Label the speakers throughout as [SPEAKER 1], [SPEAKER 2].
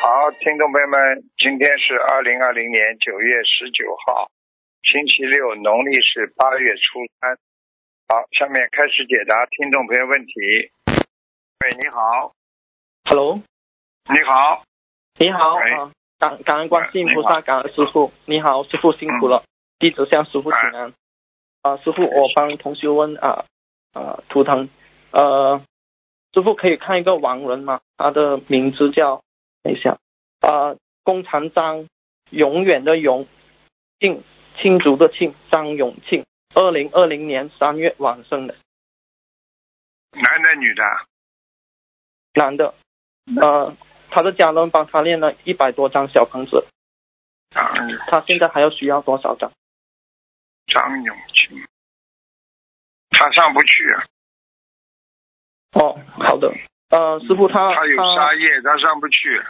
[SPEAKER 1] 好，听众朋友们，今天是二零二零年九月十九号，星期六，农历是八月初三。好，下面开始解答听众朋友问题。喂，你好，
[SPEAKER 2] Hello，
[SPEAKER 1] 你好，
[SPEAKER 2] 你好，
[SPEAKER 1] 喂
[SPEAKER 2] 啊感感恩观世音菩萨，感恩师傅，你好，师傅辛苦了，弟子向师傅请安。啊，师傅，我帮同学问啊啊图腾，呃，师傅可以看一个亡人吗？他的名字叫等一下，啊，弓长张，永远的永，庆庆祝的庆，张永庆，二零二零年三月晚生的，
[SPEAKER 1] 男的女的？
[SPEAKER 2] 男的，呃，他的家人帮他练了一百多张小房子，
[SPEAKER 1] 张
[SPEAKER 2] 他现在还要需要多少张？
[SPEAKER 1] 张永清，他上不去啊，
[SPEAKER 2] 哦，好的。呃，师傅他
[SPEAKER 1] 嗯他有杀业，他上不去。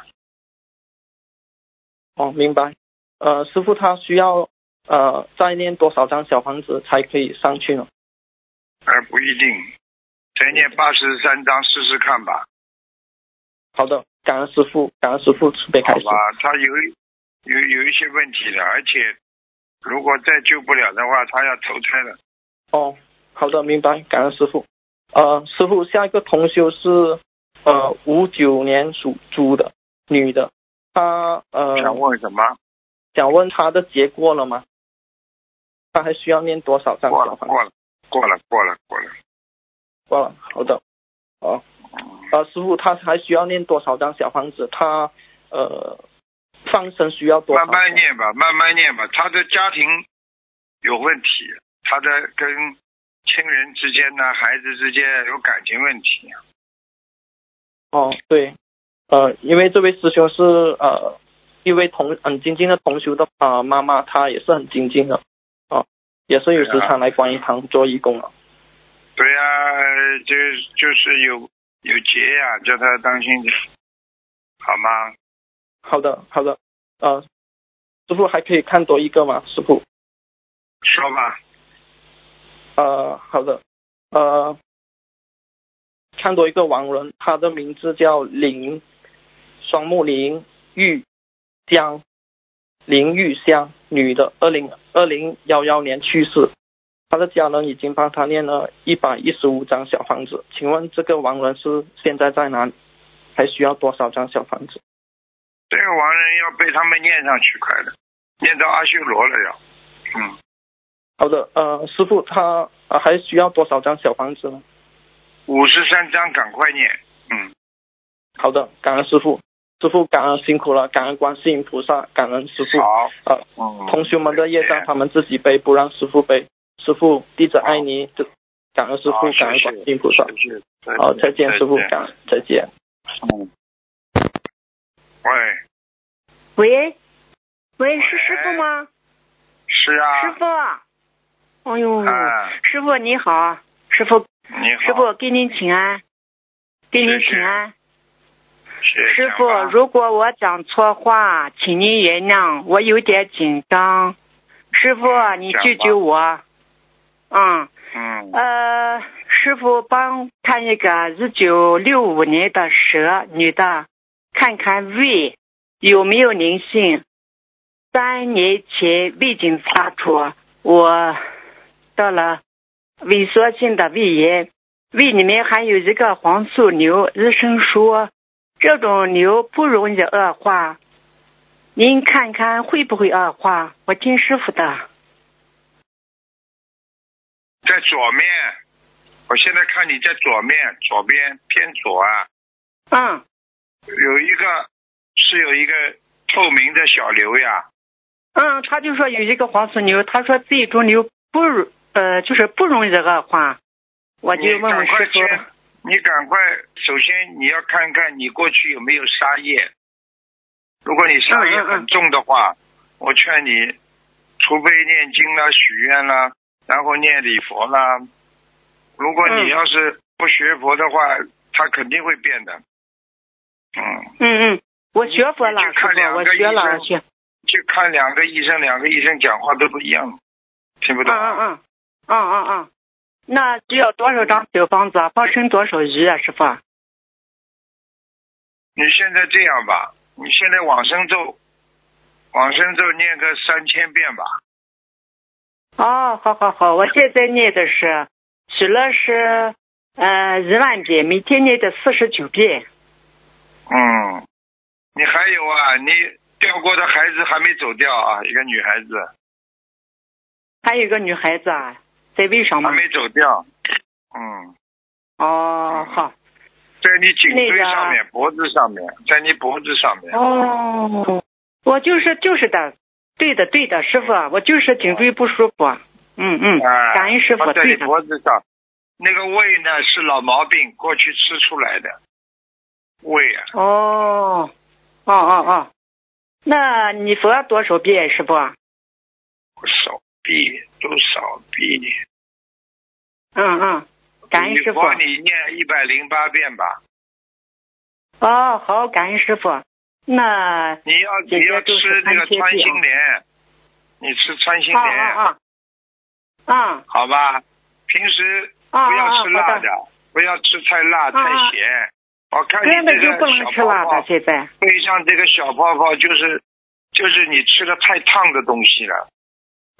[SPEAKER 2] 哦，明白。呃，师傅他需要呃再念多少张小房子才可以上去呢？
[SPEAKER 1] 而不一定，再念八十三章试试看吧，
[SPEAKER 2] 好的，感恩师傅，感恩师傅慈悲开
[SPEAKER 1] 好
[SPEAKER 2] 始。
[SPEAKER 1] 吧？他有一有有一些问题的，而且如果再救不了的话，他要投胎了。
[SPEAKER 2] 哦，好的，明白，感恩师傅。呃，师傅下一个同修是呃五九年属猪的女的，她呃
[SPEAKER 1] 想问什么？
[SPEAKER 2] 想问她的结过了吗？她还需要念多少张
[SPEAKER 1] 过
[SPEAKER 2] 小
[SPEAKER 1] 了，
[SPEAKER 2] 房子？
[SPEAKER 1] 过了，过了，过了，过了。
[SPEAKER 2] 过了，好的。哦，呃，师傅，他还需要念多少张小房子？他呃，上身需要多少
[SPEAKER 1] 慢
[SPEAKER 2] 张？
[SPEAKER 1] 慢念吧，慢慢念吧。他的家庭有问题，他的跟亲人之间呢，孩子之间有感情问题。
[SPEAKER 2] 哦，对，呃，因为这位师兄是呃一位同很精进的同修的啊、呃妈妈，她也是很精进的，哦、也是有时常来观音堂做义工啊了。
[SPEAKER 1] 对呀、就就是有有结呀、叫他当心点，好吗？
[SPEAKER 2] 好的，好的，呃，师傅还可以看多一个吗？师傅，
[SPEAKER 1] 说吧。
[SPEAKER 2] 呃，好的，呃，看多一个亡人，他的名字叫林，双木林玉香，林玉香，女的，二零二零幺幺年去世。他的家人已经帮他念了一百一十五张小房子，请问这个亡人是现在在哪里？还需要多少张小房子？
[SPEAKER 1] 这个亡人要被他们念上去，快的，念到阿修罗了要。嗯，
[SPEAKER 2] 好的，呃，师傅他、呃还需要多少张小房子呢？
[SPEAKER 1] 五十三章，赶快念。嗯，
[SPEAKER 2] 好的，感恩师傅，师傅感恩辛苦了，感恩观世音菩萨，感恩师傅。
[SPEAKER 1] 好。
[SPEAKER 2] 呃，
[SPEAKER 1] 嗯，
[SPEAKER 2] 同学们的业障
[SPEAKER 1] 谢谢
[SPEAKER 2] 他们自己背，不让师傅背。师傅，弟子爱你，这感恩师傅
[SPEAKER 1] 好，
[SPEAKER 2] 感恩
[SPEAKER 1] 谢谢
[SPEAKER 2] 观世音菩萨。
[SPEAKER 1] 谢谢
[SPEAKER 2] 好，再见，师傅，
[SPEAKER 1] 再见
[SPEAKER 2] 感恩再见。
[SPEAKER 1] 嗯。喂，
[SPEAKER 3] 喂，喂，是师傅吗？
[SPEAKER 1] 是啊。
[SPEAKER 3] 师傅，哎呦，
[SPEAKER 1] 啊，
[SPEAKER 3] 师傅你好，师傅，
[SPEAKER 1] 你好。
[SPEAKER 3] 师傅给您请安，给您请安。
[SPEAKER 1] 谢谢
[SPEAKER 3] 师傅
[SPEAKER 1] 讲吧，
[SPEAKER 3] 如果我讲错话，请您原谅，我有点紧张。师傅，你
[SPEAKER 1] 嗯讲吧
[SPEAKER 3] 救救我。嗯，
[SPEAKER 1] 嗯，
[SPEAKER 3] 呃，师傅帮看一个一九六五年的蛇女的，看看胃有没有灵性。三年前胃镜查出我得了萎缩性的胃炎，胃里面含有一个黄素瘤，医生说这种瘤不容易恶化。您看看会不会恶化？我听师傅的。
[SPEAKER 1] 在左面，我现在看你在左面，左边偏左啊，
[SPEAKER 3] 嗯，
[SPEAKER 1] 有一个是有一个透明的小瘤呀。
[SPEAKER 3] 嗯，他就说有一个黄素瘤，他说这种瘤不如呃就是不容易恶化，我就问问
[SPEAKER 1] 你赶快
[SPEAKER 3] 师
[SPEAKER 1] 先
[SPEAKER 3] 傅。
[SPEAKER 1] 你赶快，首先你要看看你过去有没有杀业。如果你杀业
[SPEAKER 3] 嗯嗯嗯
[SPEAKER 1] 很重的话，我劝你，除非念经啦、许愿啦，然后念礼佛啦。如果你
[SPEAKER 3] 嗯
[SPEAKER 1] 要是不学佛的话，它肯定会变的。嗯，
[SPEAKER 3] 嗯嗯，我学佛了，
[SPEAKER 1] 你去
[SPEAKER 3] 师
[SPEAKER 1] 看两
[SPEAKER 3] 傅，
[SPEAKER 1] 个
[SPEAKER 3] 我学
[SPEAKER 1] 医
[SPEAKER 3] 了
[SPEAKER 1] 生
[SPEAKER 3] 学。
[SPEAKER 1] 去看两个医生，两个医生讲话都不一样，听不
[SPEAKER 3] 嗯
[SPEAKER 1] 懂。
[SPEAKER 3] 嗯嗯嗯嗯嗯，那需要多少张小房哦子啊？放生多少鱼啊，师傅？
[SPEAKER 1] 你现在这样吧，你现在往生咒，往生咒念个三千遍吧。
[SPEAKER 3] 哦，好好好，我现在念的是，许了是呃一万遍，每天念的四十九遍。
[SPEAKER 1] 嗯，你还有啊，你掉过的孩子还没走掉啊，一个女孩子
[SPEAKER 3] 还有一个女孩子啊，在位上
[SPEAKER 1] 还
[SPEAKER 3] 吗？
[SPEAKER 1] 没走掉。嗯，
[SPEAKER 3] 哦，好。
[SPEAKER 1] 在你颈
[SPEAKER 3] 那
[SPEAKER 1] 椎
[SPEAKER 3] 个
[SPEAKER 1] 上面、脖子上面，在你脖子上
[SPEAKER 3] 嗯
[SPEAKER 1] 面。
[SPEAKER 3] 哦，我就是就是的，对的对的，师傅啊，我就是颈椎不舒服啊。嗯嗯，
[SPEAKER 1] 哎
[SPEAKER 3] 感恩师傅，
[SPEAKER 1] 它在
[SPEAKER 3] 对
[SPEAKER 1] 你
[SPEAKER 3] 的。
[SPEAKER 1] 脖子上。那个胃呢是老毛病，过去吃出来的。胃啊，
[SPEAKER 3] 哦，哦哦哦，那你佛多少遍，师傅啊？
[SPEAKER 1] 少臂都少臂。
[SPEAKER 3] 嗯嗯，感恩师傅。
[SPEAKER 1] 我帮你念一百零八遍吧。
[SPEAKER 3] 哦，好，感恩师傅。那
[SPEAKER 1] 你要
[SPEAKER 3] 姐姐
[SPEAKER 1] 你要吃那个
[SPEAKER 3] 就是
[SPEAKER 1] 穿
[SPEAKER 3] 穿
[SPEAKER 1] 心
[SPEAKER 3] 心
[SPEAKER 1] 莲，你吃穿心
[SPEAKER 3] 啊
[SPEAKER 1] 莲，
[SPEAKER 3] 啊啊，
[SPEAKER 1] 好吧？平时
[SPEAKER 3] 啊啊
[SPEAKER 1] 不要吃辣
[SPEAKER 3] 啊，
[SPEAKER 1] 的，不要吃太辣、
[SPEAKER 3] 啊啊
[SPEAKER 1] 太咸。我看
[SPEAKER 3] 真
[SPEAKER 1] 你
[SPEAKER 3] 的
[SPEAKER 1] 这
[SPEAKER 3] 就
[SPEAKER 1] 个
[SPEAKER 3] 不能吃
[SPEAKER 1] 小
[SPEAKER 3] 辣
[SPEAKER 1] 泡
[SPEAKER 3] 的
[SPEAKER 1] 泡，
[SPEAKER 3] 现在。
[SPEAKER 1] 背上这个小泡泡，就是就是你吃的太烫的东西了。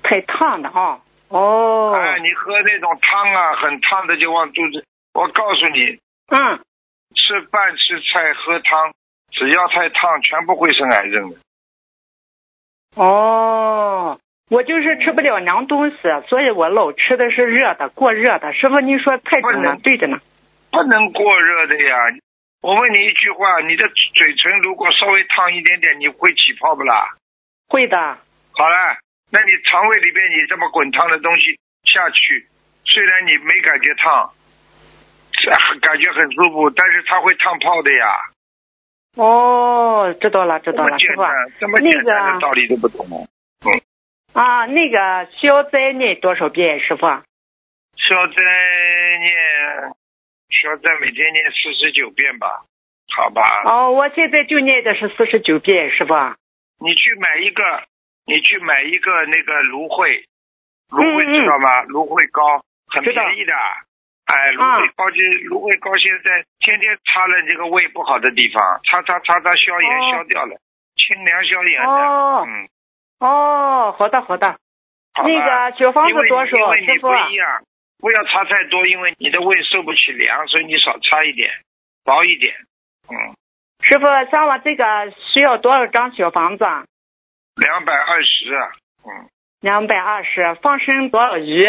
[SPEAKER 3] 太烫了啊！哦，
[SPEAKER 1] 哎，你喝那种汤啊，很烫的就往肚子。我告诉你，
[SPEAKER 3] 嗯，
[SPEAKER 1] 吃饭、吃菜、喝汤，只要太烫，全部会生癌症的。
[SPEAKER 3] 哦，我就是吃不了凉东西，所以我老吃的是热的，过热的。师傅，您说太
[SPEAKER 1] 不
[SPEAKER 3] 准了
[SPEAKER 1] 能，
[SPEAKER 3] 对着呢。
[SPEAKER 1] 不能过热的呀。我问你一句话，你的嘴唇如果稍微烫一点点，你会起泡不啦？
[SPEAKER 3] 会的，
[SPEAKER 1] 好了，那你肠胃里边你这么滚烫的东西下去，虽然你没感觉烫，是啊感觉很舒服，但是它会烫泡的呀。
[SPEAKER 3] 哦，知道了，知
[SPEAKER 1] 这
[SPEAKER 3] 道
[SPEAKER 1] 么
[SPEAKER 3] 了，
[SPEAKER 1] 简
[SPEAKER 3] 师傅
[SPEAKER 1] 单，这么简单的道理都不懂。
[SPEAKER 3] 啊，那个消灾念多少遍，师傅？
[SPEAKER 1] 消灾念，消灾每天念四十九遍吧，好吧？
[SPEAKER 3] 哦，我现在就念的是四十九遍，师傅。
[SPEAKER 1] 你去买一个，你去买一个那个芦荟，芦荟
[SPEAKER 3] 嗯嗯
[SPEAKER 1] 知道吗？芦荟膏很
[SPEAKER 3] 知
[SPEAKER 1] 便
[SPEAKER 3] 道啊
[SPEAKER 1] 宜的。哎，芦荟膏就芦荟膏，现在天天擦了这个胃不好的地方，擦擦擦擦消炎、
[SPEAKER 3] 哦
[SPEAKER 1] 消掉了，清凉消炎的。
[SPEAKER 3] 哦
[SPEAKER 1] 嗯，
[SPEAKER 3] 哦，好的好的，
[SPEAKER 1] 好吧。
[SPEAKER 3] 那个小房子
[SPEAKER 1] 因为你
[SPEAKER 3] 多少
[SPEAKER 1] 因为你
[SPEAKER 3] 师傅啊
[SPEAKER 1] 不一样，不要擦太多，因为你的胃受不起凉，所以你少擦一点，薄一点。嗯，
[SPEAKER 3] 师傅，像我这个需要多少张小房子？啊？
[SPEAKER 1] 两百二十。嗯，
[SPEAKER 3] 两百二十，放生多少鱼？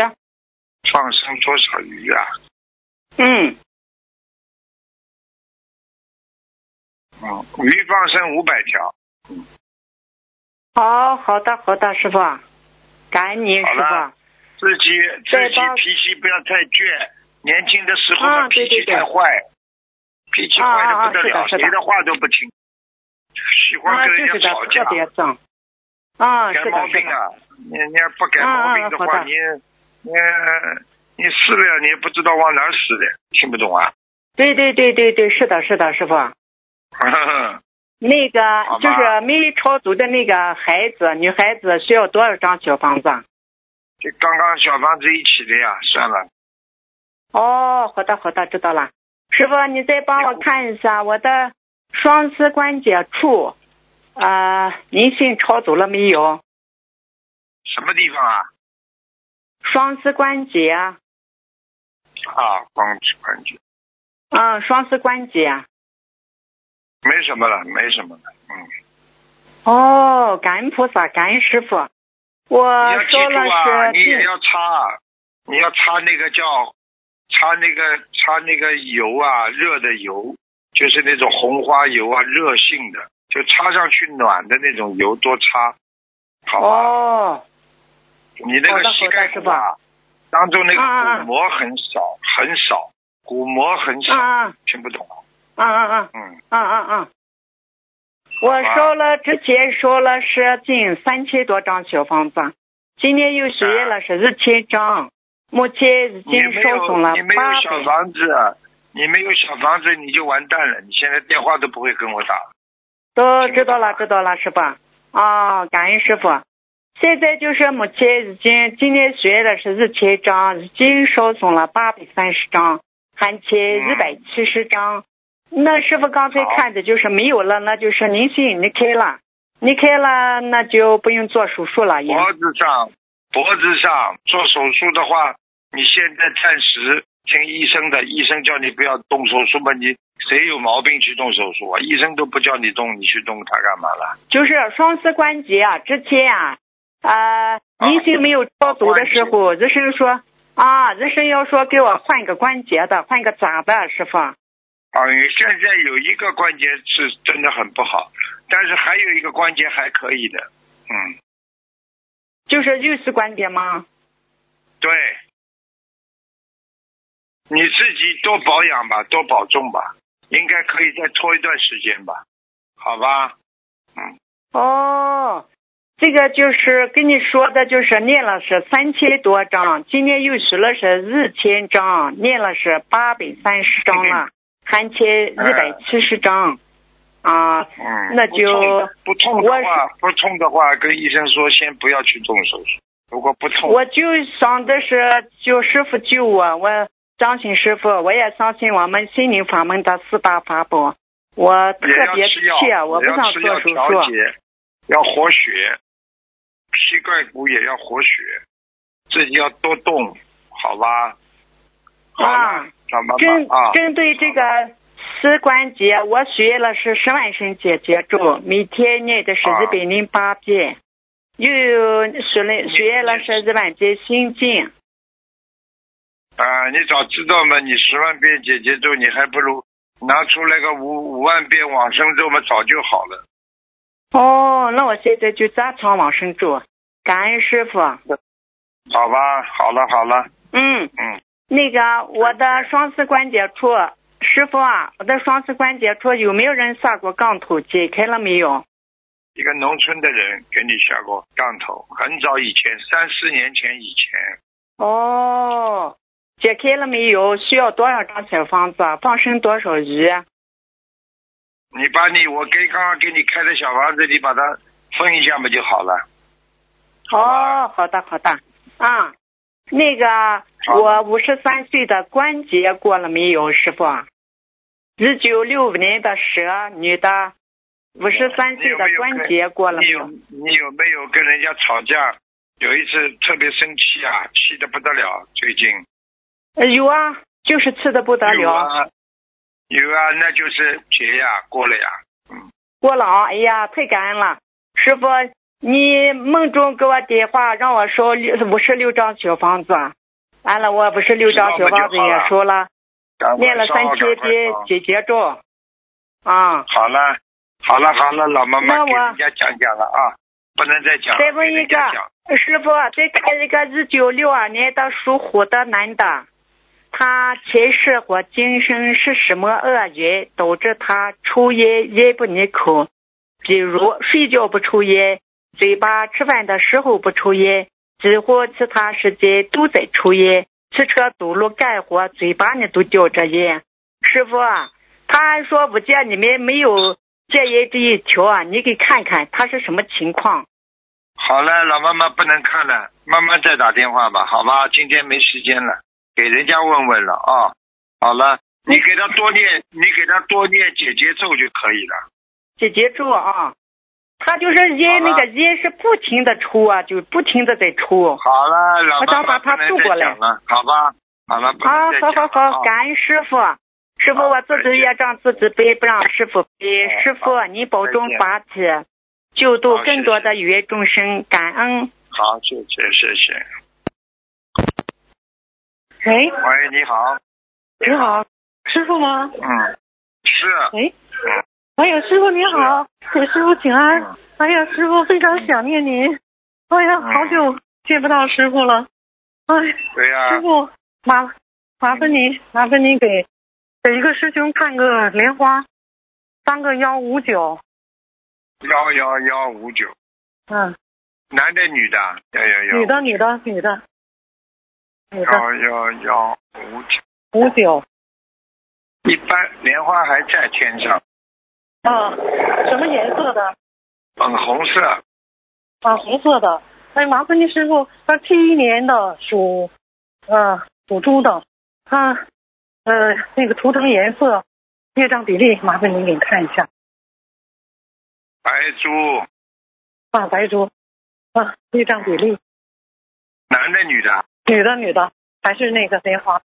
[SPEAKER 1] 放生多少鱼啊？
[SPEAKER 3] 嗯，
[SPEAKER 1] 嗯，鱼放生五百条。
[SPEAKER 3] 好好的好的，师傅，感恩您
[SPEAKER 1] 好
[SPEAKER 3] 师
[SPEAKER 1] 了
[SPEAKER 3] 傅。
[SPEAKER 1] 自己自
[SPEAKER 3] 对
[SPEAKER 1] 己
[SPEAKER 3] 帮
[SPEAKER 1] 脾气不要太倔，年轻的时候嘛、
[SPEAKER 3] 啊
[SPEAKER 1] 脾
[SPEAKER 3] 对
[SPEAKER 1] 气
[SPEAKER 3] 对对
[SPEAKER 1] 太坏，脾气坏的不得了，
[SPEAKER 3] 啊啊是的是的
[SPEAKER 1] 谁的话都不听，喜欢
[SPEAKER 3] 啊，
[SPEAKER 1] 跟
[SPEAKER 3] 就
[SPEAKER 1] 人
[SPEAKER 3] 是
[SPEAKER 1] 家
[SPEAKER 3] 的
[SPEAKER 1] 吵，架
[SPEAKER 3] 特，别正。啊，
[SPEAKER 1] 改
[SPEAKER 3] 是
[SPEAKER 1] 毛
[SPEAKER 3] 的，
[SPEAKER 1] 病
[SPEAKER 3] 是的。
[SPEAKER 1] 啊！你你要不改毛病的话，
[SPEAKER 3] 啊啊好的
[SPEAKER 1] 你你你死了，你也不知道往哪儿死的，听不懂啊？
[SPEAKER 3] 对对对对对，是的，是的，师傅。那
[SPEAKER 1] 好吧
[SPEAKER 3] 个就是没超度的那个孩子，女孩子需要多少张小房子啊？
[SPEAKER 1] 就刚刚小房子一起的呀，算了，
[SPEAKER 3] 哦，好的好的，知道了。师傅，你再帮我看一下我的双膝关节处，啊，您性超走了没有？
[SPEAKER 1] 什么地方啊？
[SPEAKER 3] 双膝关节，
[SPEAKER 1] 啊，光感觉
[SPEAKER 3] 嗯，双膝关节。
[SPEAKER 1] 没什么了，没什么了，嗯。
[SPEAKER 3] 哦，感恩菩萨，感恩师傅。
[SPEAKER 1] 你
[SPEAKER 3] 我
[SPEAKER 1] 要记
[SPEAKER 3] 烧
[SPEAKER 1] 住啊，
[SPEAKER 3] 了
[SPEAKER 1] 你
[SPEAKER 3] 是
[SPEAKER 1] 也
[SPEAKER 3] 定，
[SPEAKER 1] 要擦，啊你要擦那个叫擦那个擦那个油啊，热的油，就是那种红花油啊，热性的，就擦上去暖的那种油多擦，好啊吧？
[SPEAKER 3] 哦，
[SPEAKER 1] 你那
[SPEAKER 3] 好
[SPEAKER 1] 个
[SPEAKER 3] 的
[SPEAKER 1] 膝盖
[SPEAKER 3] 好的是
[SPEAKER 1] 骨啊
[SPEAKER 3] 吧，
[SPEAKER 1] 当中那
[SPEAKER 3] 啊
[SPEAKER 1] 个
[SPEAKER 3] 啊
[SPEAKER 1] 骨膜很少很少，骨膜很少，
[SPEAKER 3] 啊
[SPEAKER 1] 听不懂啊，
[SPEAKER 3] 啊啊啊
[SPEAKER 1] 嗯，
[SPEAKER 3] 啊啊啊！我烧了之前烧了是近三千多张小房子，今天又许愿了是一千张，目前已
[SPEAKER 1] 啊你
[SPEAKER 3] 经
[SPEAKER 1] 没
[SPEAKER 3] 烧送
[SPEAKER 1] 有
[SPEAKER 3] 了
[SPEAKER 1] 你没有
[SPEAKER 3] 八
[SPEAKER 1] 小
[SPEAKER 3] 百。
[SPEAKER 1] 房子。啊你没有小房子，你就完蛋了。你现在电话都不会跟我打了。
[SPEAKER 3] 都知道了，知道了，师傅。啊，感恩师傅。现在就是目前已经今天许愿的是一千张，已经烧送了八百三十张，还欠一百七十张。那师傅刚才
[SPEAKER 1] 好
[SPEAKER 3] 看的就是没有了，那就是您心离开了，离开了那就不用做手术了也。
[SPEAKER 1] 脖子上，脖子上做手术的话，你现在暂时听医生的，医生叫你不要动手术嘛，你谁有毛病去动手术啊？医生都不叫你动，你去动它干嘛了？
[SPEAKER 3] 就是双丝关节啊，之前啊，呃，人心没有超足的时候，医生说啊，医生要说给我换个关节的，换个咋的，师傅？
[SPEAKER 1] 啊，你现在有一个关节是真的很不好，但是还有一个关节还可以的，嗯，
[SPEAKER 3] 就是右丝关节吗？
[SPEAKER 1] 对，你自己多保养吧，多保重吧，应该可以再拖一段时间吧，好吧？嗯，
[SPEAKER 3] 哦，这个就是跟你说的，就是念了是三千多章，今天又学了是日千章，念了是八百三十章了，
[SPEAKER 1] 嗯
[SPEAKER 3] 含切一百七十章，啊，
[SPEAKER 1] 嗯，
[SPEAKER 3] 那就
[SPEAKER 1] 不痛的话，不痛的话，跟医生说先不要去动手术。如果不痛，
[SPEAKER 3] 我就想的是，就师傅救我，我相信师傅，我也相信我们心灵法门的四大法宝，我特
[SPEAKER 1] 也要
[SPEAKER 3] 别
[SPEAKER 1] 吃药，
[SPEAKER 3] 切，我不
[SPEAKER 1] 也
[SPEAKER 3] 想
[SPEAKER 1] 要吃
[SPEAKER 3] 做
[SPEAKER 1] 药
[SPEAKER 3] 手
[SPEAKER 1] 调
[SPEAKER 3] 术，啊
[SPEAKER 1] 节，要活血，膝盖骨也要活血，自己要多动，好吧？好
[SPEAKER 3] 啊
[SPEAKER 1] 了，小妈
[SPEAKER 3] 针
[SPEAKER 1] 妈啊，
[SPEAKER 3] 啊针对这个膝关节，我学了是十万声解结咒，每天念的是
[SPEAKER 1] 啊
[SPEAKER 3] 一百零八遍，又有学了学了是一万遍心经。
[SPEAKER 1] 啊，你早知道嘛，你十万遍解结咒，你还不如拿出来个五五万遍往生咒嘛，早就好了。
[SPEAKER 3] 哦，那我现在就加强往生咒，感恩师傅。
[SPEAKER 1] 好吧，好了好了，
[SPEAKER 3] 嗯，
[SPEAKER 1] 嗯，
[SPEAKER 3] 那个我的双膝关节处，师傅啊，我的双膝关节处有没有人下过杠头？解开了没有？
[SPEAKER 1] 一个农村的人给你下过杠头，很早以前，三四年前以前，
[SPEAKER 3] 哦，解开了没有？需要多少张小房子啊？放生多少鱼？啊
[SPEAKER 1] 你把你我给刚刚给你开的小房子，你把它分一下嘛就好了。好吧
[SPEAKER 3] 哦，好的好的，啊，那个
[SPEAKER 1] 好
[SPEAKER 3] 我五十三岁的关节过了没有，师傅？一九六五年的蛇女的，五十三岁的关节过哦了没
[SPEAKER 1] 你
[SPEAKER 3] 有
[SPEAKER 1] 有？你有没有跟人家吵架？有一次特别生气啊，气得不得了，最近。
[SPEAKER 3] 呃有哎啊，就是气的不得
[SPEAKER 1] 有
[SPEAKER 3] 了。
[SPEAKER 1] 啊，有啊，那就是结呀，过了呀。嗯，
[SPEAKER 3] 郭老，哎呀，太感恩了，师傅，你梦中给我电话，让我收五十六张小房子，完了我五十六张小房子也收了，
[SPEAKER 1] 赶快
[SPEAKER 3] 念了
[SPEAKER 1] 烧
[SPEAKER 3] 三
[SPEAKER 1] 赶
[SPEAKER 3] 千
[SPEAKER 1] 快
[SPEAKER 3] 遍
[SPEAKER 1] 烧
[SPEAKER 3] 解结咒，啊，
[SPEAKER 1] 好了，好了，好了，老妈
[SPEAKER 3] 那
[SPEAKER 1] 妈
[SPEAKER 3] 我
[SPEAKER 1] 给人家讲讲了啊，不能再讲了。
[SPEAKER 3] 再问一
[SPEAKER 1] 给
[SPEAKER 3] 个
[SPEAKER 1] 人家讲，
[SPEAKER 3] 师傅，再看一个一九六二年的属虎的男的，他前世或今生是什么恶缘导致他抽烟烟不离口？比如睡觉不抽烟，嘴巴吃饭的时候不抽烟，几乎其他时间都在抽烟，骑车走路干活嘴巴里都叼着烟。师傅啊，他还说我见你们没有戒烟这一条啊，你给看看他是什么情况。
[SPEAKER 1] 好了，老妈妈不能看了，慢慢再打电话吧，好吧？今天没时间了，给人家问问了啊。好了，你给他多念，你给他多念姐姐咒就可以了。
[SPEAKER 3] 姐姐咒啊，他就是烟
[SPEAKER 1] 好了
[SPEAKER 3] 那个烟是不停的抽啊，就不停的在抽。
[SPEAKER 1] 好了，老
[SPEAKER 3] 我
[SPEAKER 1] 妈
[SPEAKER 3] 想把
[SPEAKER 1] 妈
[SPEAKER 3] 他
[SPEAKER 1] 不能
[SPEAKER 3] 渡
[SPEAKER 1] 再
[SPEAKER 3] 过来
[SPEAKER 1] 讲了，好吧？好了，不
[SPEAKER 3] 啊
[SPEAKER 1] 能再，
[SPEAKER 3] 好
[SPEAKER 1] 讲了
[SPEAKER 3] 好好，
[SPEAKER 1] 啊
[SPEAKER 3] 感恩师傅，师傅
[SPEAKER 1] 好
[SPEAKER 3] 我自
[SPEAKER 1] 再
[SPEAKER 3] 己
[SPEAKER 1] 见
[SPEAKER 3] 业障自己背，不让师傅背。
[SPEAKER 1] 好
[SPEAKER 3] 师傅
[SPEAKER 1] 好
[SPEAKER 3] 你保
[SPEAKER 1] 再
[SPEAKER 3] 重
[SPEAKER 1] 见
[SPEAKER 3] 法体，救度
[SPEAKER 1] 好
[SPEAKER 3] 更
[SPEAKER 1] 谢
[SPEAKER 3] 多
[SPEAKER 1] 谢
[SPEAKER 3] 的有缘众生，感恩。
[SPEAKER 1] 好，谢谢谢谢。
[SPEAKER 4] 喂，
[SPEAKER 1] 喂，你好，
[SPEAKER 4] 你好，师傅吗？
[SPEAKER 1] 嗯，
[SPEAKER 3] 啊
[SPEAKER 1] 是，
[SPEAKER 4] 喂，哎呀，师傅你好，给师傅请安。
[SPEAKER 1] 嗯
[SPEAKER 4] 哎呀，师傅非常想念您。哎呀，
[SPEAKER 1] 嗯
[SPEAKER 4] 好久见不到师傅了。哎，
[SPEAKER 1] 对呀、
[SPEAKER 4] 师傅麻麻
[SPEAKER 1] 嗯
[SPEAKER 4] 烦您，麻烦您给给一个师兄看个莲花，三个幺五九。
[SPEAKER 1] 幺幺幺五九，
[SPEAKER 4] 嗯，
[SPEAKER 1] 男的女的？幺幺幺，
[SPEAKER 4] 女的，女的，女的，女的
[SPEAKER 1] 幺幺幺五九。
[SPEAKER 4] 五九。
[SPEAKER 1] 一般莲花还在天上，
[SPEAKER 4] 啊，什么颜色的？
[SPEAKER 1] 粉红色，
[SPEAKER 4] 啊，红色的。哎，麻烦您师傅，他七一年的属，呃，属猪的，他，呃，那个图腾颜色业障比例，麻烦您给看一下
[SPEAKER 1] 白猪，
[SPEAKER 4] 啊，白猪，啊，业障比例，
[SPEAKER 1] 男的女的，
[SPEAKER 4] 女的女的，还是那个莲花，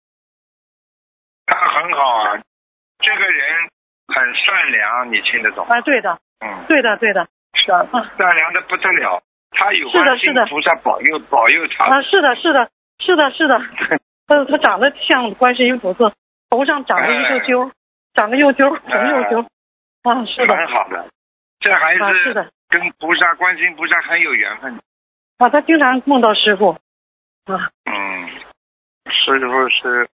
[SPEAKER 1] 他很好啊，这个人很善良，你听得懂？
[SPEAKER 4] 啊，对的，
[SPEAKER 1] 嗯，
[SPEAKER 4] 对的对的，是啊，啊
[SPEAKER 1] 善良的不得了，他有
[SPEAKER 4] 是的
[SPEAKER 1] 观
[SPEAKER 4] 是
[SPEAKER 1] 世
[SPEAKER 4] 的
[SPEAKER 1] 音菩萨保佑保佑他。
[SPEAKER 4] 啊，是的是的是的是的，呃，他长得像观世音菩萨，头上长了一个揪，长个又揪，红又揪，啊，是的
[SPEAKER 1] 很好的，这孩
[SPEAKER 4] 啊，是
[SPEAKER 1] 哎子
[SPEAKER 4] 的
[SPEAKER 1] 跟菩萨、观世音菩萨很有缘分。
[SPEAKER 4] 啊，他经常梦到师傅，啊，
[SPEAKER 1] 嗯，师傅是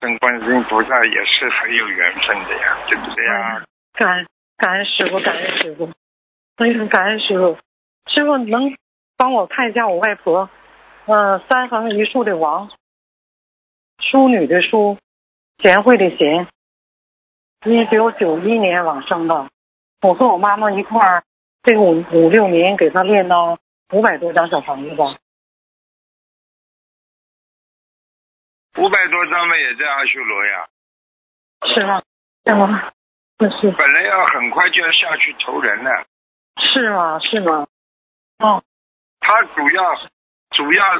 [SPEAKER 1] 跟观世音菩萨也是很有缘分的呀，对不对
[SPEAKER 4] 嗯
[SPEAKER 1] 呀？
[SPEAKER 4] 感恩感恩师傅，感恩师傅，非常感恩师傅。师傅能帮我看一下我外婆，呃，三横一竖的王，淑女的淑，贤惠的贤，一九九一年往生的。我和我妈妈一块儿，这五五六年给她练到五百多张小房子吧。
[SPEAKER 1] 五百多张嘛，也在阿修罗呀，
[SPEAKER 4] 是吗？是吗？那是
[SPEAKER 1] 本来要很快就要下去投人了。
[SPEAKER 4] 是吗？是吗？哦，
[SPEAKER 1] 他主要主要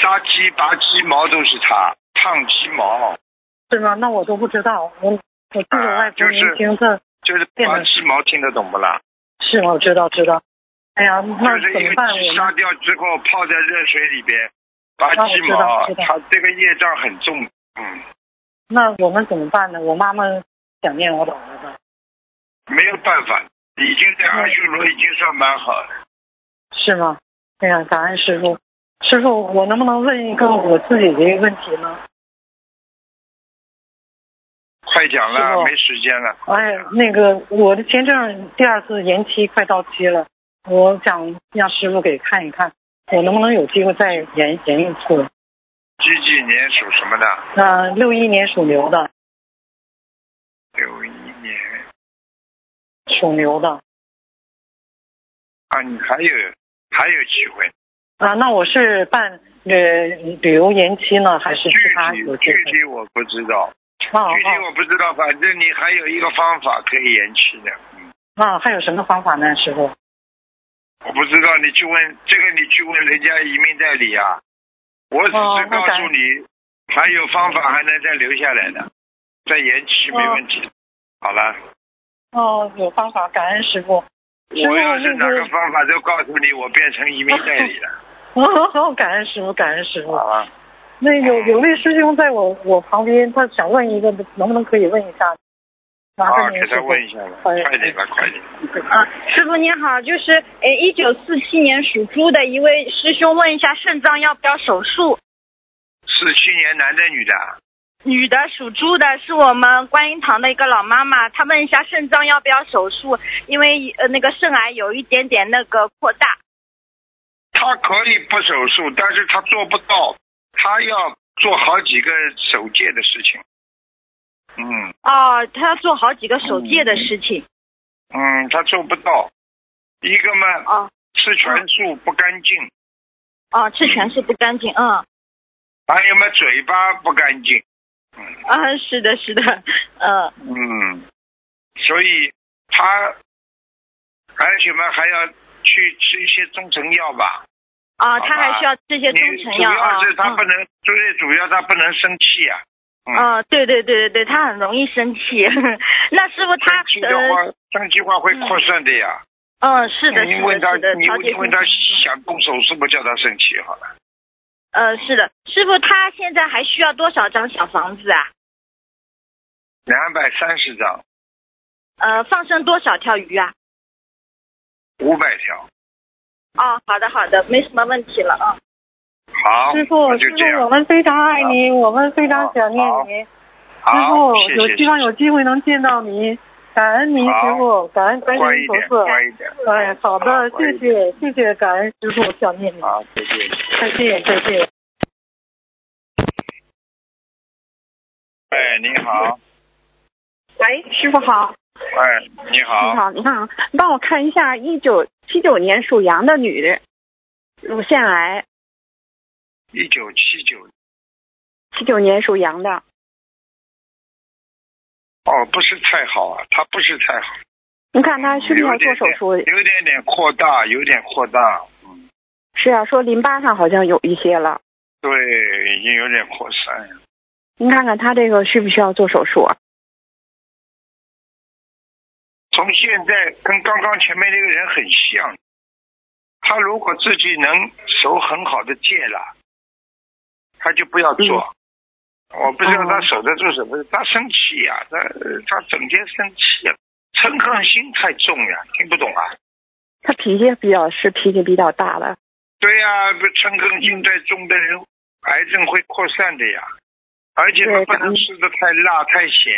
[SPEAKER 1] 杀鸡拔鸡毛都是他烫鸡毛，
[SPEAKER 4] 是吗？那我都不知道，我我记得我外婆
[SPEAKER 1] 啊就是
[SPEAKER 4] 年轻的。
[SPEAKER 1] 就是拔鸡毛，听得懂不啦？
[SPEAKER 4] 是，我知道知道。哎呀，那
[SPEAKER 1] 就是
[SPEAKER 4] 怎
[SPEAKER 1] 一
[SPEAKER 4] 么
[SPEAKER 1] 个
[SPEAKER 4] 办？我
[SPEAKER 1] 鸡杀
[SPEAKER 4] 们
[SPEAKER 1] 掉之后泡在热水里边，拔
[SPEAKER 4] 啊
[SPEAKER 1] 鸡
[SPEAKER 4] 我知道
[SPEAKER 1] 毛
[SPEAKER 4] 知，道
[SPEAKER 1] 他这个业障很重。嗯，
[SPEAKER 4] 那我们怎么办呢？我妈妈想念我姥姥的，
[SPEAKER 1] 没有办法，已经在阿修罗已经算蛮好了。
[SPEAKER 4] 是吗？哎呀，感恩师傅。师傅，我能不能问一个我自己的一个问题呢？
[SPEAKER 1] 快讲
[SPEAKER 4] 师
[SPEAKER 1] 了，
[SPEAKER 4] 傅
[SPEAKER 1] 没时间了。
[SPEAKER 4] 哦哎，那个我的签证第二次延期快到期了，我想让师傅给看一看，我能不能有机会再延延一次？
[SPEAKER 1] 几几年属什么的？
[SPEAKER 4] 那六一年属牛的，
[SPEAKER 1] 六一年
[SPEAKER 4] 属牛的
[SPEAKER 1] 啊，你还有还有机会。
[SPEAKER 4] 啊，那我是办呃旅游延期呢，还是
[SPEAKER 1] 具
[SPEAKER 4] 其他有机
[SPEAKER 1] 体具
[SPEAKER 4] 会？
[SPEAKER 1] 体我不知道，
[SPEAKER 4] 啊啊
[SPEAKER 1] 具体我不知道，反正你还有一个方法可以延期的。嗯，
[SPEAKER 4] 啊，还有什么方法呢，师傅？
[SPEAKER 1] 我不知道，你去问这个，你去问人家移民代理啊。我只
[SPEAKER 4] 哦
[SPEAKER 1] 是
[SPEAKER 4] 那
[SPEAKER 1] 告
[SPEAKER 4] 咱
[SPEAKER 1] 诉你，还有方法还能再留下来的，再延期没问题。好了，
[SPEAKER 4] 哦，有方法，感恩师傅。师
[SPEAKER 1] 我要是
[SPEAKER 4] 傅
[SPEAKER 1] 哪
[SPEAKER 4] 那
[SPEAKER 1] 个方法都告诉你，我变成移民代理了。
[SPEAKER 4] 个，哦感恩师傅，感恩师傅。
[SPEAKER 1] 好了。
[SPEAKER 4] 那有有位师兄在我我旁边，他想问一个，能不能可以问一下？麻
[SPEAKER 1] 啊，
[SPEAKER 4] 烦您
[SPEAKER 1] 给
[SPEAKER 4] 师
[SPEAKER 1] 他
[SPEAKER 4] 傅。
[SPEAKER 1] 问一下吧，
[SPEAKER 4] 哎
[SPEAKER 1] 快点吧，快点。
[SPEAKER 5] 啊，师傅您好，就是呃，一九四七年属猪的一位师兄问一下肾脏要不要手术？
[SPEAKER 1] 是去年男的女的？啊
[SPEAKER 5] 女的属猪的，是我们观音堂的一个老妈妈，她问一下肾脏要不要手术，因为呃那个肾癌有一点点那个扩大。
[SPEAKER 1] 他可以不手术，但是他做不到，他要做好几个手戒的事情。嗯
[SPEAKER 5] 哦，她要做好几个手戒的事情。
[SPEAKER 1] 嗯，他做不到。一个嘛，
[SPEAKER 5] 哦
[SPEAKER 1] 吃全素不干净，
[SPEAKER 5] 哦，吃全素不干净，嗯，
[SPEAKER 1] 还有嘛嘴巴不干净。嗯
[SPEAKER 5] 啊，是的，是的，嗯，
[SPEAKER 1] 嗯，所以他而且嘛还要去吃一些中成药吧。
[SPEAKER 5] 啊，她还需要吃些
[SPEAKER 1] 你
[SPEAKER 5] 中成药
[SPEAKER 1] 主
[SPEAKER 5] 啊
[SPEAKER 1] 要。是他
[SPEAKER 5] 嗯
[SPEAKER 1] 不能，最主要他不能生气啊。嗯，
[SPEAKER 5] 啊、对对对对对，他很容易生气。 那师傅呃他
[SPEAKER 1] 生气的话，生气话会扩散的呀。
[SPEAKER 5] 呃，嗯，是的，
[SPEAKER 1] 你
[SPEAKER 5] 是
[SPEAKER 1] 问他
[SPEAKER 5] 的，是，的，
[SPEAKER 1] 你
[SPEAKER 5] 调节
[SPEAKER 1] 你问他
[SPEAKER 5] 心情
[SPEAKER 1] 想动手术不叫他生气好了。
[SPEAKER 5] 呃，是的，师傅他现在还需要多少张小房子啊？
[SPEAKER 1] 两百三十张，
[SPEAKER 5] 呃，放生多少条鱼啊？
[SPEAKER 1] 五百条，
[SPEAKER 5] 哦，好的好的，没什么问题了啊。
[SPEAKER 1] 好，
[SPEAKER 4] 师傅，
[SPEAKER 1] 那
[SPEAKER 4] 师
[SPEAKER 1] 就这
[SPEAKER 4] 傅，我
[SPEAKER 1] 样，啊
[SPEAKER 4] 们非常爱你，我们非常想念
[SPEAKER 1] 好
[SPEAKER 4] 您。师
[SPEAKER 1] 好，
[SPEAKER 4] 傅，
[SPEAKER 1] 谢谢，
[SPEAKER 4] 有希望有
[SPEAKER 1] 谢
[SPEAKER 4] 机会能见到您，感恩您，
[SPEAKER 1] 好
[SPEAKER 4] 师傅，感恩
[SPEAKER 1] 谢
[SPEAKER 4] 观
[SPEAKER 1] 乖
[SPEAKER 4] 世
[SPEAKER 1] 一
[SPEAKER 4] 音
[SPEAKER 1] 点，
[SPEAKER 4] 菩萨。
[SPEAKER 1] 乖一点，
[SPEAKER 4] 哎，好的，
[SPEAKER 1] 好乖
[SPEAKER 4] 谢
[SPEAKER 1] 一
[SPEAKER 4] 谢，谢谢，感恩师傅，想念您。
[SPEAKER 1] 好，再见。
[SPEAKER 4] 再见，再见。
[SPEAKER 1] 哎，你好，
[SPEAKER 6] 喂，师傅好，
[SPEAKER 1] 哎，你好
[SPEAKER 6] 你，好，你好，你帮我看一下一九七九年属羊的女，乳腺癌，
[SPEAKER 1] 一九七九，
[SPEAKER 6] 七九年属羊的，
[SPEAKER 1] 哦，不是太好啊，他不是太好，
[SPEAKER 6] 你看他需不需要做
[SPEAKER 1] 有点
[SPEAKER 6] 手术？
[SPEAKER 1] 嗯点有点点扩大，有点扩大，嗯，
[SPEAKER 6] 是啊，说淋巴上好像有一些了，
[SPEAKER 1] 对，已经有点扩散了。
[SPEAKER 6] 您看看他这个需不需要做手术啊？
[SPEAKER 1] 从现在跟刚刚前面那个人很像，他如果自己能手很好的戒了，他就不要做。
[SPEAKER 6] 嗯
[SPEAKER 1] 我不知道
[SPEAKER 6] 哦
[SPEAKER 1] 他守得住什么，他生气呀、他他整天生气、啊，嗔恨心太重呀、听不懂啊。
[SPEAKER 6] 他脾气比较是脾气比较大了，
[SPEAKER 1] 对呀、不嗔恨心太重的人，癌症会扩散的呀。而且他
[SPEAKER 6] 对
[SPEAKER 1] 不能
[SPEAKER 6] 咱
[SPEAKER 1] 吃的太辣太咸，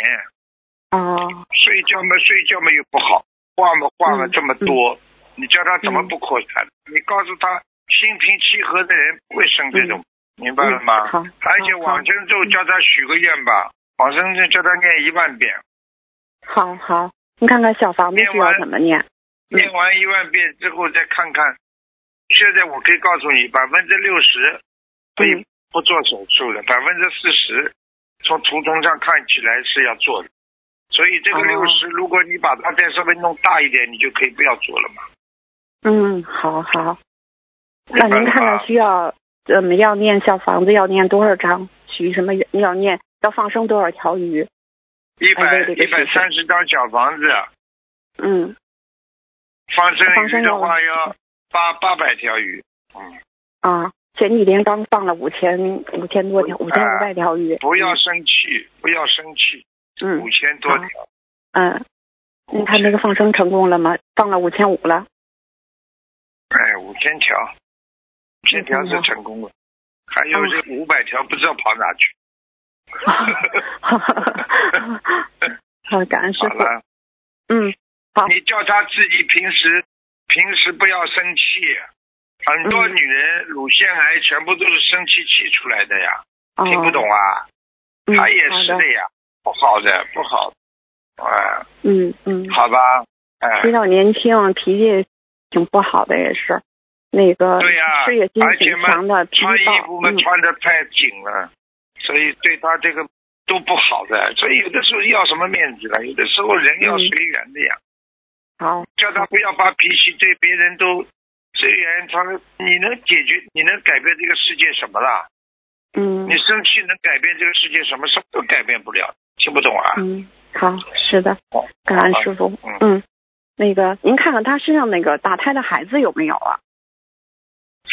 [SPEAKER 6] 哦，
[SPEAKER 1] 睡觉嘛睡觉嘛又不好，话嘛话嘛
[SPEAKER 6] 嗯
[SPEAKER 1] 这么多，你叫他怎么不扩散？你告诉他，心平气和的人不会生这种，明白了吗？
[SPEAKER 6] 嗯好
[SPEAKER 1] 而且往生咒叫他许个愿吧，往生咒叫他念一万遍，
[SPEAKER 6] 好好，你看看小房子
[SPEAKER 1] 念
[SPEAKER 6] 需要
[SPEAKER 1] 完
[SPEAKER 6] 怎么念？嗯
[SPEAKER 1] 念完一万遍之后再看看。现在我可以告诉你，百分之六十可以
[SPEAKER 6] 嗯
[SPEAKER 1] 不做手术的，百分之四十从图腾上看起来是要做的。所以这个
[SPEAKER 6] 哦
[SPEAKER 1] 六十，如果你把它再稍微弄大一点，你就可以不要做了嘛。
[SPEAKER 6] 嗯，好好。
[SPEAKER 1] 明
[SPEAKER 6] 那
[SPEAKER 1] 白了
[SPEAKER 6] 您看
[SPEAKER 1] 吧
[SPEAKER 6] 看需要怎么要念小房子要念多少章？许什么愿要念要放生多少条鱼？
[SPEAKER 1] 一百
[SPEAKER 6] 哎对
[SPEAKER 1] 一
[SPEAKER 6] 对
[SPEAKER 1] 百
[SPEAKER 6] 对
[SPEAKER 1] 三十张小房子，啊
[SPEAKER 6] 嗯，
[SPEAKER 1] 放
[SPEAKER 6] 放
[SPEAKER 1] 生
[SPEAKER 6] 生
[SPEAKER 1] 鱼的
[SPEAKER 6] 要
[SPEAKER 1] 话要八八百条鱼，嗯，
[SPEAKER 6] 啊，前几天刚放了五千五千多条
[SPEAKER 1] 嗯
[SPEAKER 6] 五千五百条鱼。
[SPEAKER 1] 不要生气，不要生气，
[SPEAKER 6] 嗯
[SPEAKER 1] 五千多条，
[SPEAKER 6] 嗯，你看那个放生成功了吗？放了五千五了。
[SPEAKER 1] 哎，五千条，五千条
[SPEAKER 6] 成功
[SPEAKER 1] 是
[SPEAKER 6] 了
[SPEAKER 1] 成功了，还有
[SPEAKER 6] 哦
[SPEAKER 1] 这五百条不知道跑哪 去。
[SPEAKER 6] 好，感恩师
[SPEAKER 1] 好
[SPEAKER 6] 傅。
[SPEAKER 1] 了，
[SPEAKER 6] 嗯，好
[SPEAKER 1] 你叫他自己平时平时不要生气，很多
[SPEAKER 6] 嗯
[SPEAKER 1] 女人乳腺癌全部都是生气气出来的呀，
[SPEAKER 6] 哦，
[SPEAKER 1] 听不懂啊？
[SPEAKER 6] 嗯，
[SPEAKER 1] 他也
[SPEAKER 6] 好
[SPEAKER 1] 是
[SPEAKER 6] 的。
[SPEAKER 1] 的呀，不好的，不好的，哎、
[SPEAKER 6] 嗯嗯，
[SPEAKER 1] 好吧，哎、
[SPEAKER 6] 比较年轻，脾气挺不好的也是。那个
[SPEAKER 1] 对呀
[SPEAKER 6] 事业心
[SPEAKER 1] 而且
[SPEAKER 6] 挺
[SPEAKER 1] 嘛
[SPEAKER 6] 强的，脾
[SPEAKER 1] 穿
[SPEAKER 6] 气
[SPEAKER 1] 衣
[SPEAKER 6] 暴
[SPEAKER 1] 服。嘛
[SPEAKER 6] 嗯
[SPEAKER 1] 穿的太紧了，所以对他这个都不好的，所以有的时候要什么面子了，有的时候人要
[SPEAKER 6] 嗯
[SPEAKER 1] 随缘的呀，
[SPEAKER 6] 好，
[SPEAKER 1] 叫他不要发脾气，对别人都随缘，他你能解决，你能改变这个世界什么啦？
[SPEAKER 6] 嗯
[SPEAKER 1] 你生气能改变这个世界什么？什么都改变不了，听不懂啊？哦
[SPEAKER 6] 嗯，好，是的，
[SPEAKER 1] 好
[SPEAKER 6] 感恩师傅
[SPEAKER 1] 嗯，
[SPEAKER 6] 嗯，那个您看看他身上那个打胎的孩子有没有啊？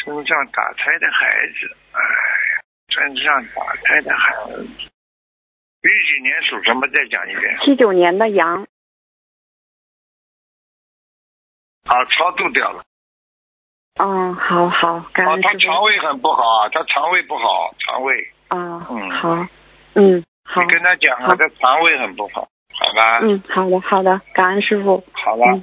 [SPEAKER 1] 身上打胎的孩子，哎呀，身上打胎的孩子，一几年属什么？再讲一遍。
[SPEAKER 6] 七九年的羊，
[SPEAKER 1] 啊，超度掉了。
[SPEAKER 6] 嗯，好好，感
[SPEAKER 1] 啊，
[SPEAKER 6] 恩
[SPEAKER 1] 他
[SPEAKER 6] 师
[SPEAKER 1] 肠
[SPEAKER 6] 傅，
[SPEAKER 1] 胃很不好啊，他肠胃不好，肠胃。
[SPEAKER 6] 啊，
[SPEAKER 1] 嗯
[SPEAKER 6] 好，嗯，好
[SPEAKER 1] 你，跟他讲啊，
[SPEAKER 6] 好
[SPEAKER 1] 他肠胃很不好，好吧？
[SPEAKER 6] 嗯，好的，好的，感恩师傅
[SPEAKER 1] 好吧。
[SPEAKER 6] 嗯
[SPEAKER 1] 嗯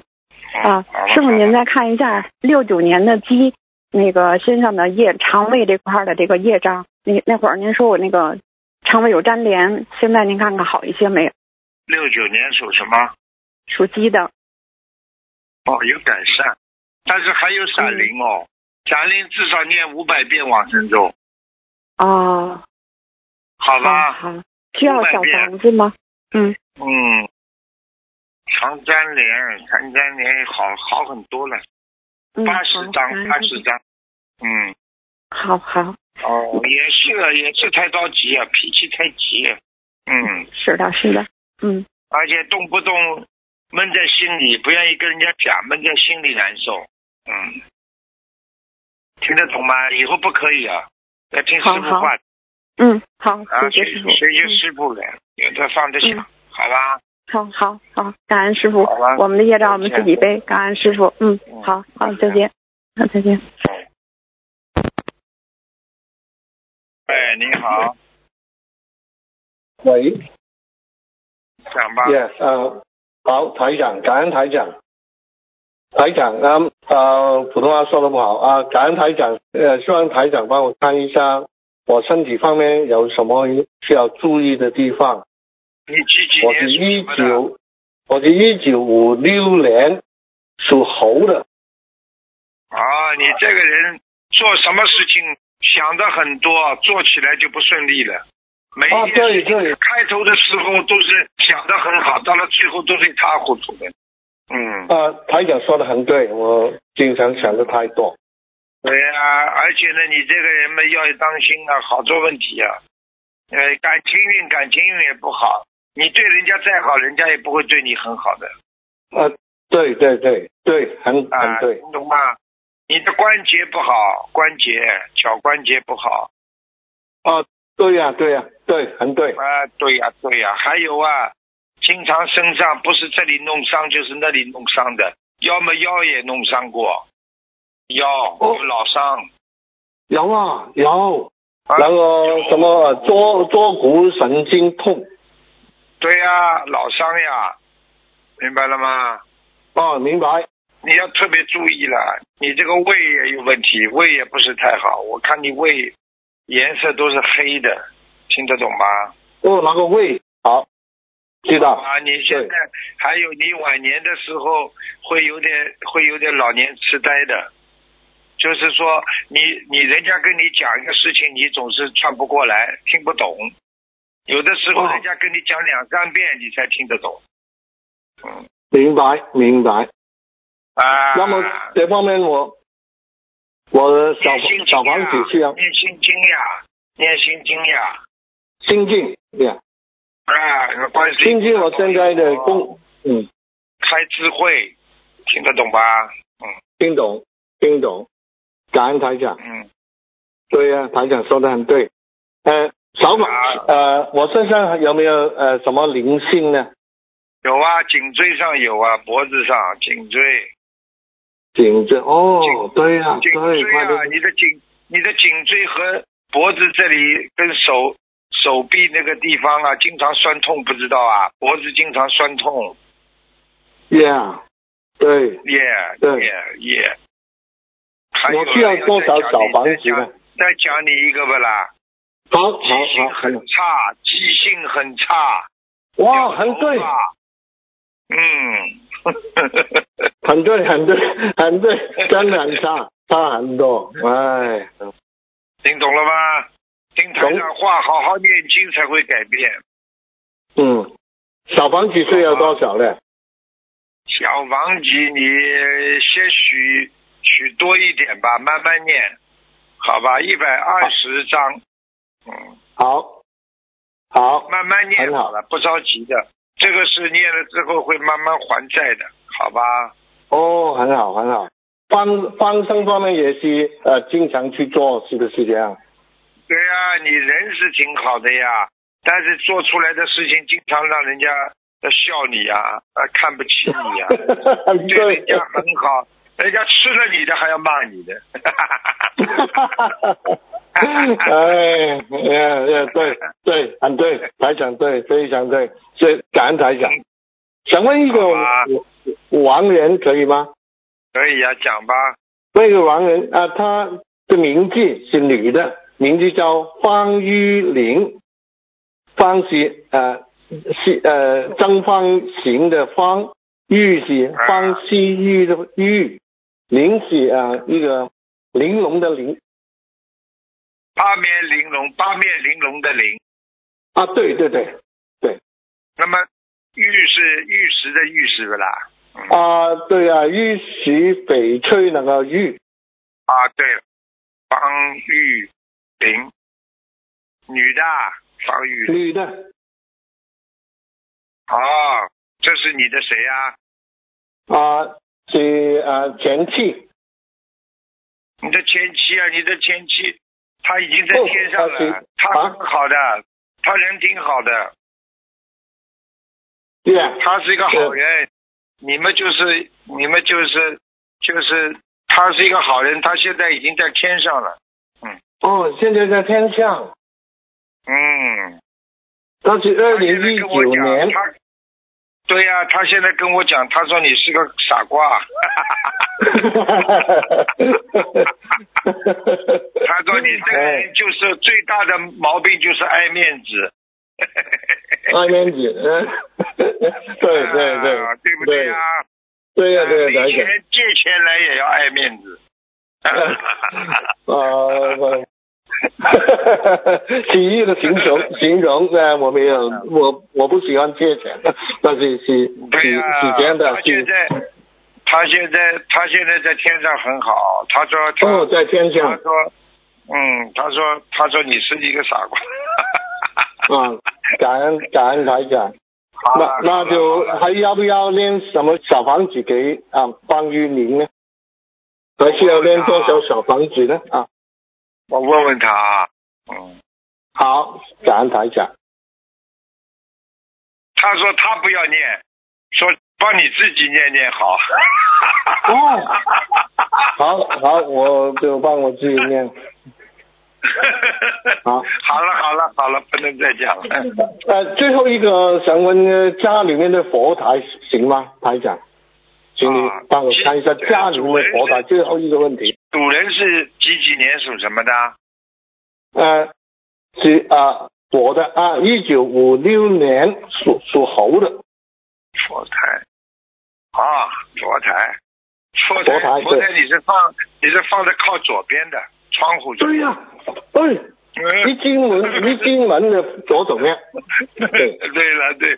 [SPEAKER 6] 啊
[SPEAKER 1] 好了，
[SPEAKER 6] 师傅
[SPEAKER 1] 好了
[SPEAKER 6] 您再看一下六九年的鸡那个身上的业肠胃这块儿的这个业障，那那会儿您说我那个肠胃有粘连，现在您看看好一些没有？
[SPEAKER 1] 六九年属什么？
[SPEAKER 6] 属鸡的，
[SPEAKER 1] 哦，有改善，但是还有闪灵
[SPEAKER 6] 嗯
[SPEAKER 1] 哦，闪灵至少念五百遍往生咒，
[SPEAKER 6] 哦，
[SPEAKER 1] 好吧？
[SPEAKER 6] 好，好需要小房子吗？嗯，
[SPEAKER 1] 嗯，长粘连，长粘连好好很多了，
[SPEAKER 6] 嗯，
[SPEAKER 1] 八十
[SPEAKER 6] 好
[SPEAKER 1] 张
[SPEAKER 6] 感，恩
[SPEAKER 1] 八
[SPEAKER 6] 师
[SPEAKER 1] 十
[SPEAKER 6] 傅
[SPEAKER 1] 张，嗯，
[SPEAKER 6] 好好，
[SPEAKER 1] 哦，也是啊，也是太着急啊，脾气太急啊，嗯，
[SPEAKER 6] 是的，是的，嗯，
[SPEAKER 1] 而且动不动闷在心里，不愿意跟人家讲，闷在心里难受，嗯，听得懂吗？以后不可以啊，要听师
[SPEAKER 6] 好
[SPEAKER 1] 傅
[SPEAKER 6] 好
[SPEAKER 1] 话，
[SPEAKER 6] 嗯，好，
[SPEAKER 1] 啊，
[SPEAKER 6] 谢
[SPEAKER 1] 学
[SPEAKER 6] 谢师傅，
[SPEAKER 1] 学学师傅的，有的放得下
[SPEAKER 6] 嗯，
[SPEAKER 1] 好吧？
[SPEAKER 6] 嗯，好好好，感恩师傅
[SPEAKER 1] 好吧，
[SPEAKER 6] 我们的业障我
[SPEAKER 1] 再
[SPEAKER 6] 们
[SPEAKER 1] 见啊
[SPEAKER 6] 自己背，感恩师傅，嗯
[SPEAKER 1] 嗯，
[SPEAKER 6] 好好，
[SPEAKER 1] 再
[SPEAKER 6] 再见，好，再见。
[SPEAKER 7] 嗯
[SPEAKER 1] 哎，你好，
[SPEAKER 7] 喂
[SPEAKER 1] 讲吧。
[SPEAKER 7] ，yes，呃，好，台长，感恩台长，台长，嗯，呃，普通话说的不好啊、感恩台长，呃，希望台长帮我看一下我身体方面有什么需要注意的地方。
[SPEAKER 1] 你几几
[SPEAKER 7] 我
[SPEAKER 1] 年属
[SPEAKER 7] 是
[SPEAKER 1] 什
[SPEAKER 7] 一
[SPEAKER 1] 么的？
[SPEAKER 7] 九，我是一九五六年属猴的，
[SPEAKER 1] 啊，你这个人做什么事情想的很多，做起来就不顺利了。每一
[SPEAKER 7] 啊
[SPEAKER 1] 件事
[SPEAKER 7] 对对
[SPEAKER 1] 情开头的时候都是讲的很好，到了最后都是一塌糊涂的。嗯，
[SPEAKER 7] 啊，台长说的很对，我经常想的太多。
[SPEAKER 1] 对呀、而且呢，你这个人嘛要当心啊，好多问题啊。呃，感情运感情运也不好，你对人家再好，人家也不会对你很好的
[SPEAKER 7] 啊，对对对对，很
[SPEAKER 1] 啊，
[SPEAKER 7] 很嗯对，
[SPEAKER 1] 你懂吗？你的关节不好，关节小关节不好，
[SPEAKER 7] 啊，对呀、对呀、对，很对，
[SPEAKER 1] 啊，对呀、对呀、还有啊，经常身上不是这里弄伤就是那里弄伤的，要么腰也弄伤过，腰
[SPEAKER 7] 哦
[SPEAKER 1] 有老伤，
[SPEAKER 7] 有啊有，
[SPEAKER 1] 啊
[SPEAKER 7] 然后什么呃坐坐骨神经痛，
[SPEAKER 1] 对呀、老伤呀，明白了吗？
[SPEAKER 7] 哦，明白，
[SPEAKER 1] 你要特别注意了，你这个胃也有问题，胃也不是太好，我看你胃颜色都是黑的，听得懂吗？
[SPEAKER 7] 哦，那个胃好，知道，
[SPEAKER 1] 啊，你现在还有你晚年的时候会有点会有点老年痴呆的，就是说你你人家跟你讲一个事情，你总是转不过来，听不懂。有的时候
[SPEAKER 7] 哦
[SPEAKER 1] 人家跟你讲两三遍，你才听得懂。嗯
[SPEAKER 7] 明白明白。
[SPEAKER 1] 啊，
[SPEAKER 7] 那么这方面我我小
[SPEAKER 1] 念心啊经呀
[SPEAKER 7] 小房子需要
[SPEAKER 1] 念心经呀，念心经呀。
[SPEAKER 7] 心境，对呀，
[SPEAKER 1] 啊，关系。
[SPEAKER 7] 心境我现在的
[SPEAKER 1] 哦
[SPEAKER 7] 工，嗯，
[SPEAKER 1] 开智慧，听得懂吧？嗯
[SPEAKER 7] 听懂听懂，感恩台长。
[SPEAKER 1] 嗯，
[SPEAKER 7] 对呀、台长说的很对。呃，小马
[SPEAKER 1] 啊，
[SPEAKER 7] 呃，我身上有没有呃什么灵性呢？
[SPEAKER 1] 有啊，颈椎上有啊，脖子上、颈椎、
[SPEAKER 7] 颈椎哦
[SPEAKER 1] 颈，
[SPEAKER 7] 对呀、
[SPEAKER 1] 颈
[SPEAKER 7] 对，
[SPEAKER 1] 椎
[SPEAKER 7] 快
[SPEAKER 1] 啊，
[SPEAKER 7] 点，
[SPEAKER 1] 你的颈、你的颈椎和脖子这里跟手、手臂那个地方啊，经常酸痛，不知道啊，脖子经常酸痛，
[SPEAKER 7] yeah，对，
[SPEAKER 1] 耶
[SPEAKER 7] 对
[SPEAKER 1] 耶耶。还有
[SPEAKER 7] 我需要多少
[SPEAKER 1] 再讲
[SPEAKER 7] 小
[SPEAKER 1] 你
[SPEAKER 7] 房
[SPEAKER 1] 再
[SPEAKER 7] 子呢
[SPEAKER 1] 讲再讲你一个吧啦，
[SPEAKER 7] 好好
[SPEAKER 1] 记性
[SPEAKER 7] 好，
[SPEAKER 1] 很差，记性很差。
[SPEAKER 7] 哇，很对，
[SPEAKER 1] 嗯，
[SPEAKER 7] 很对，很对，很对， 真的很差，差很多，哎，
[SPEAKER 1] 听懂了吗？听台长话，好好念经才会改变。
[SPEAKER 7] 嗯，小房子需要多少呢？
[SPEAKER 1] 小房子，你些许许多一点吧，慢慢念，好吧？一百二十章，嗯，
[SPEAKER 7] 好，好，
[SPEAKER 1] 慢慢念
[SPEAKER 7] 很好
[SPEAKER 1] 了，不着急的。这个是念了之后会慢慢还债的，好吧？
[SPEAKER 7] 哦，很好，很好。放放生方面也是呃，经常去做，是不是这样？
[SPEAKER 1] 对呀、你人是挺好的呀，但是做出来的事情经常让人家笑你呀、啊，看不起你 啊呀、对人
[SPEAKER 7] 对
[SPEAKER 1] 家，很好，人家吃了你的还要骂你 的。
[SPEAKER 7] 哎，呀呀，对对，很对，台长对，非常对，是感恩台长。想问一个
[SPEAKER 1] 好啊
[SPEAKER 7] 王人可以吗？
[SPEAKER 1] 可以啊，讲吧。
[SPEAKER 7] 那个王人啊，她的名字是女的，名字叫方玉玲，方是呃是呃正方形的方，玉是方西玉的玉，玲是呃一个玲珑的玲
[SPEAKER 1] 八面玲珑，八面玲珑的玲。
[SPEAKER 7] 啊，对对对
[SPEAKER 1] 那么玉是玉石的玉是不啦？嗯、
[SPEAKER 7] 啊，对啊，玉石翡翠那个玉
[SPEAKER 1] 啊，对了，方玉玲，女的啊，方玉玲。
[SPEAKER 7] 女的
[SPEAKER 1] 哦，这是你的谁呀、啊？
[SPEAKER 7] 啊是呃前妻
[SPEAKER 1] 你的前妻啊，你的前妻，她已经在
[SPEAKER 7] 哦
[SPEAKER 1] 天上了
[SPEAKER 7] 她是，
[SPEAKER 1] 她很好的，她人挺好的。
[SPEAKER 7] 对啊，
[SPEAKER 1] 他是一个好人，你们就是你们就是就是他是一个好人，他现在已经在天上了。
[SPEAKER 7] 哦，现在在天上，
[SPEAKER 1] 嗯，
[SPEAKER 7] 她是
[SPEAKER 1] 他
[SPEAKER 7] 二零
[SPEAKER 1] 现在
[SPEAKER 7] 一
[SPEAKER 1] 跟我
[SPEAKER 7] 九年
[SPEAKER 1] 讲，。他对呀、他现在跟我讲，他说你是个傻 瓜，他说你 这个
[SPEAKER 7] 哎
[SPEAKER 1] 人就是最大的毛病就是爱面子。
[SPEAKER 7] 爱面子，嗯， 对对对
[SPEAKER 1] 啊，对不对呀、哎
[SPEAKER 7] 对呀对啊呀，
[SPEAKER 1] 没
[SPEAKER 7] 台 长，
[SPEAKER 1] 钱借钱来也要爱面子。
[SPEAKER 7] 啊，我 体育的形容形容呢，我没有，
[SPEAKER 1] 嗯
[SPEAKER 7] 我我不喜欢借钱， 但是是
[SPEAKER 1] 对
[SPEAKER 7] 几
[SPEAKER 1] 呀、
[SPEAKER 7] 几天的
[SPEAKER 1] 他现
[SPEAKER 7] 是
[SPEAKER 1] 在，他现在，他现在在天上很好。他说他，
[SPEAKER 7] 哦，在天
[SPEAKER 1] 他
[SPEAKER 7] 上
[SPEAKER 1] 说，嗯，他说，他说你是一个傻瓜。
[SPEAKER 7] 啊，感恩感恩台长。
[SPEAKER 1] 好了
[SPEAKER 7] 那那就
[SPEAKER 1] 啊好了好了
[SPEAKER 7] 还要不要练什么小房子给啊帮于您呢？还需要练多少小房子呢？啊，
[SPEAKER 1] 我问问他啊，嗯，
[SPEAKER 7] 好，感恩台长。
[SPEAKER 1] 他说他不要念，说帮你自己念念好。
[SPEAKER 7] 哦好好，我就帮我自己念。 好
[SPEAKER 1] 好了好了好了，不能再讲了。
[SPEAKER 7] 呃，最后一个想问呃家里面的佛台行吗，台长？请你
[SPEAKER 1] 啊
[SPEAKER 7] 帮我看一下
[SPEAKER 1] 这
[SPEAKER 7] 家里面的佛台最后一个问题。
[SPEAKER 1] 主人是几几年属什么的？
[SPEAKER 7] 呃，是啊、我的啊，一九五六年属属猴的
[SPEAKER 1] 佛台啊，佛台，佛
[SPEAKER 7] 佛台
[SPEAKER 1] 台，
[SPEAKER 7] 对
[SPEAKER 1] 佛台，你是放你是放在靠左边的窗户左
[SPEAKER 7] 对
[SPEAKER 1] 边
[SPEAKER 7] 呀、哎对，
[SPEAKER 1] 嗯
[SPEAKER 7] 离金门离金门的左手面，对
[SPEAKER 1] 对了，对了，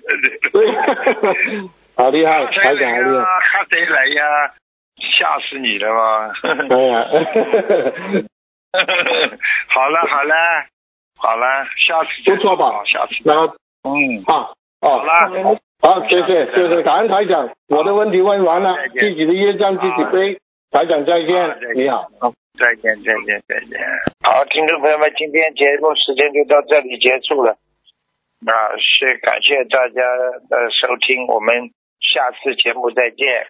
[SPEAKER 1] 对
[SPEAKER 7] 对 哎
[SPEAKER 1] 了，，
[SPEAKER 7] 好厉害，
[SPEAKER 1] 谁
[SPEAKER 7] 台长
[SPEAKER 1] 来
[SPEAKER 7] 好厉
[SPEAKER 1] 呀他
[SPEAKER 7] 害，？
[SPEAKER 1] 谁来呀？吓死你了吧！
[SPEAKER 7] 哎呀，
[SPEAKER 1] 好了，好了，好了，下次再
[SPEAKER 7] 不错吧
[SPEAKER 1] 好下次，
[SPEAKER 7] 然后
[SPEAKER 1] 嗯，
[SPEAKER 7] 啊，
[SPEAKER 1] 好
[SPEAKER 7] 哦，
[SPEAKER 1] 了，
[SPEAKER 7] 好，谢谢谢谢，感恩台长，我的问题问完了
[SPEAKER 1] 再，见
[SPEAKER 7] 自己的业障自己背，台长
[SPEAKER 1] 好
[SPEAKER 7] 再
[SPEAKER 1] 再
[SPEAKER 7] 见，
[SPEAKER 1] 见
[SPEAKER 7] 你好。
[SPEAKER 1] 再见，再见，再见。好，听众朋友们，今天节目时间就到这里结束了。啊，是感谢大家的收听，我们下次节目再见。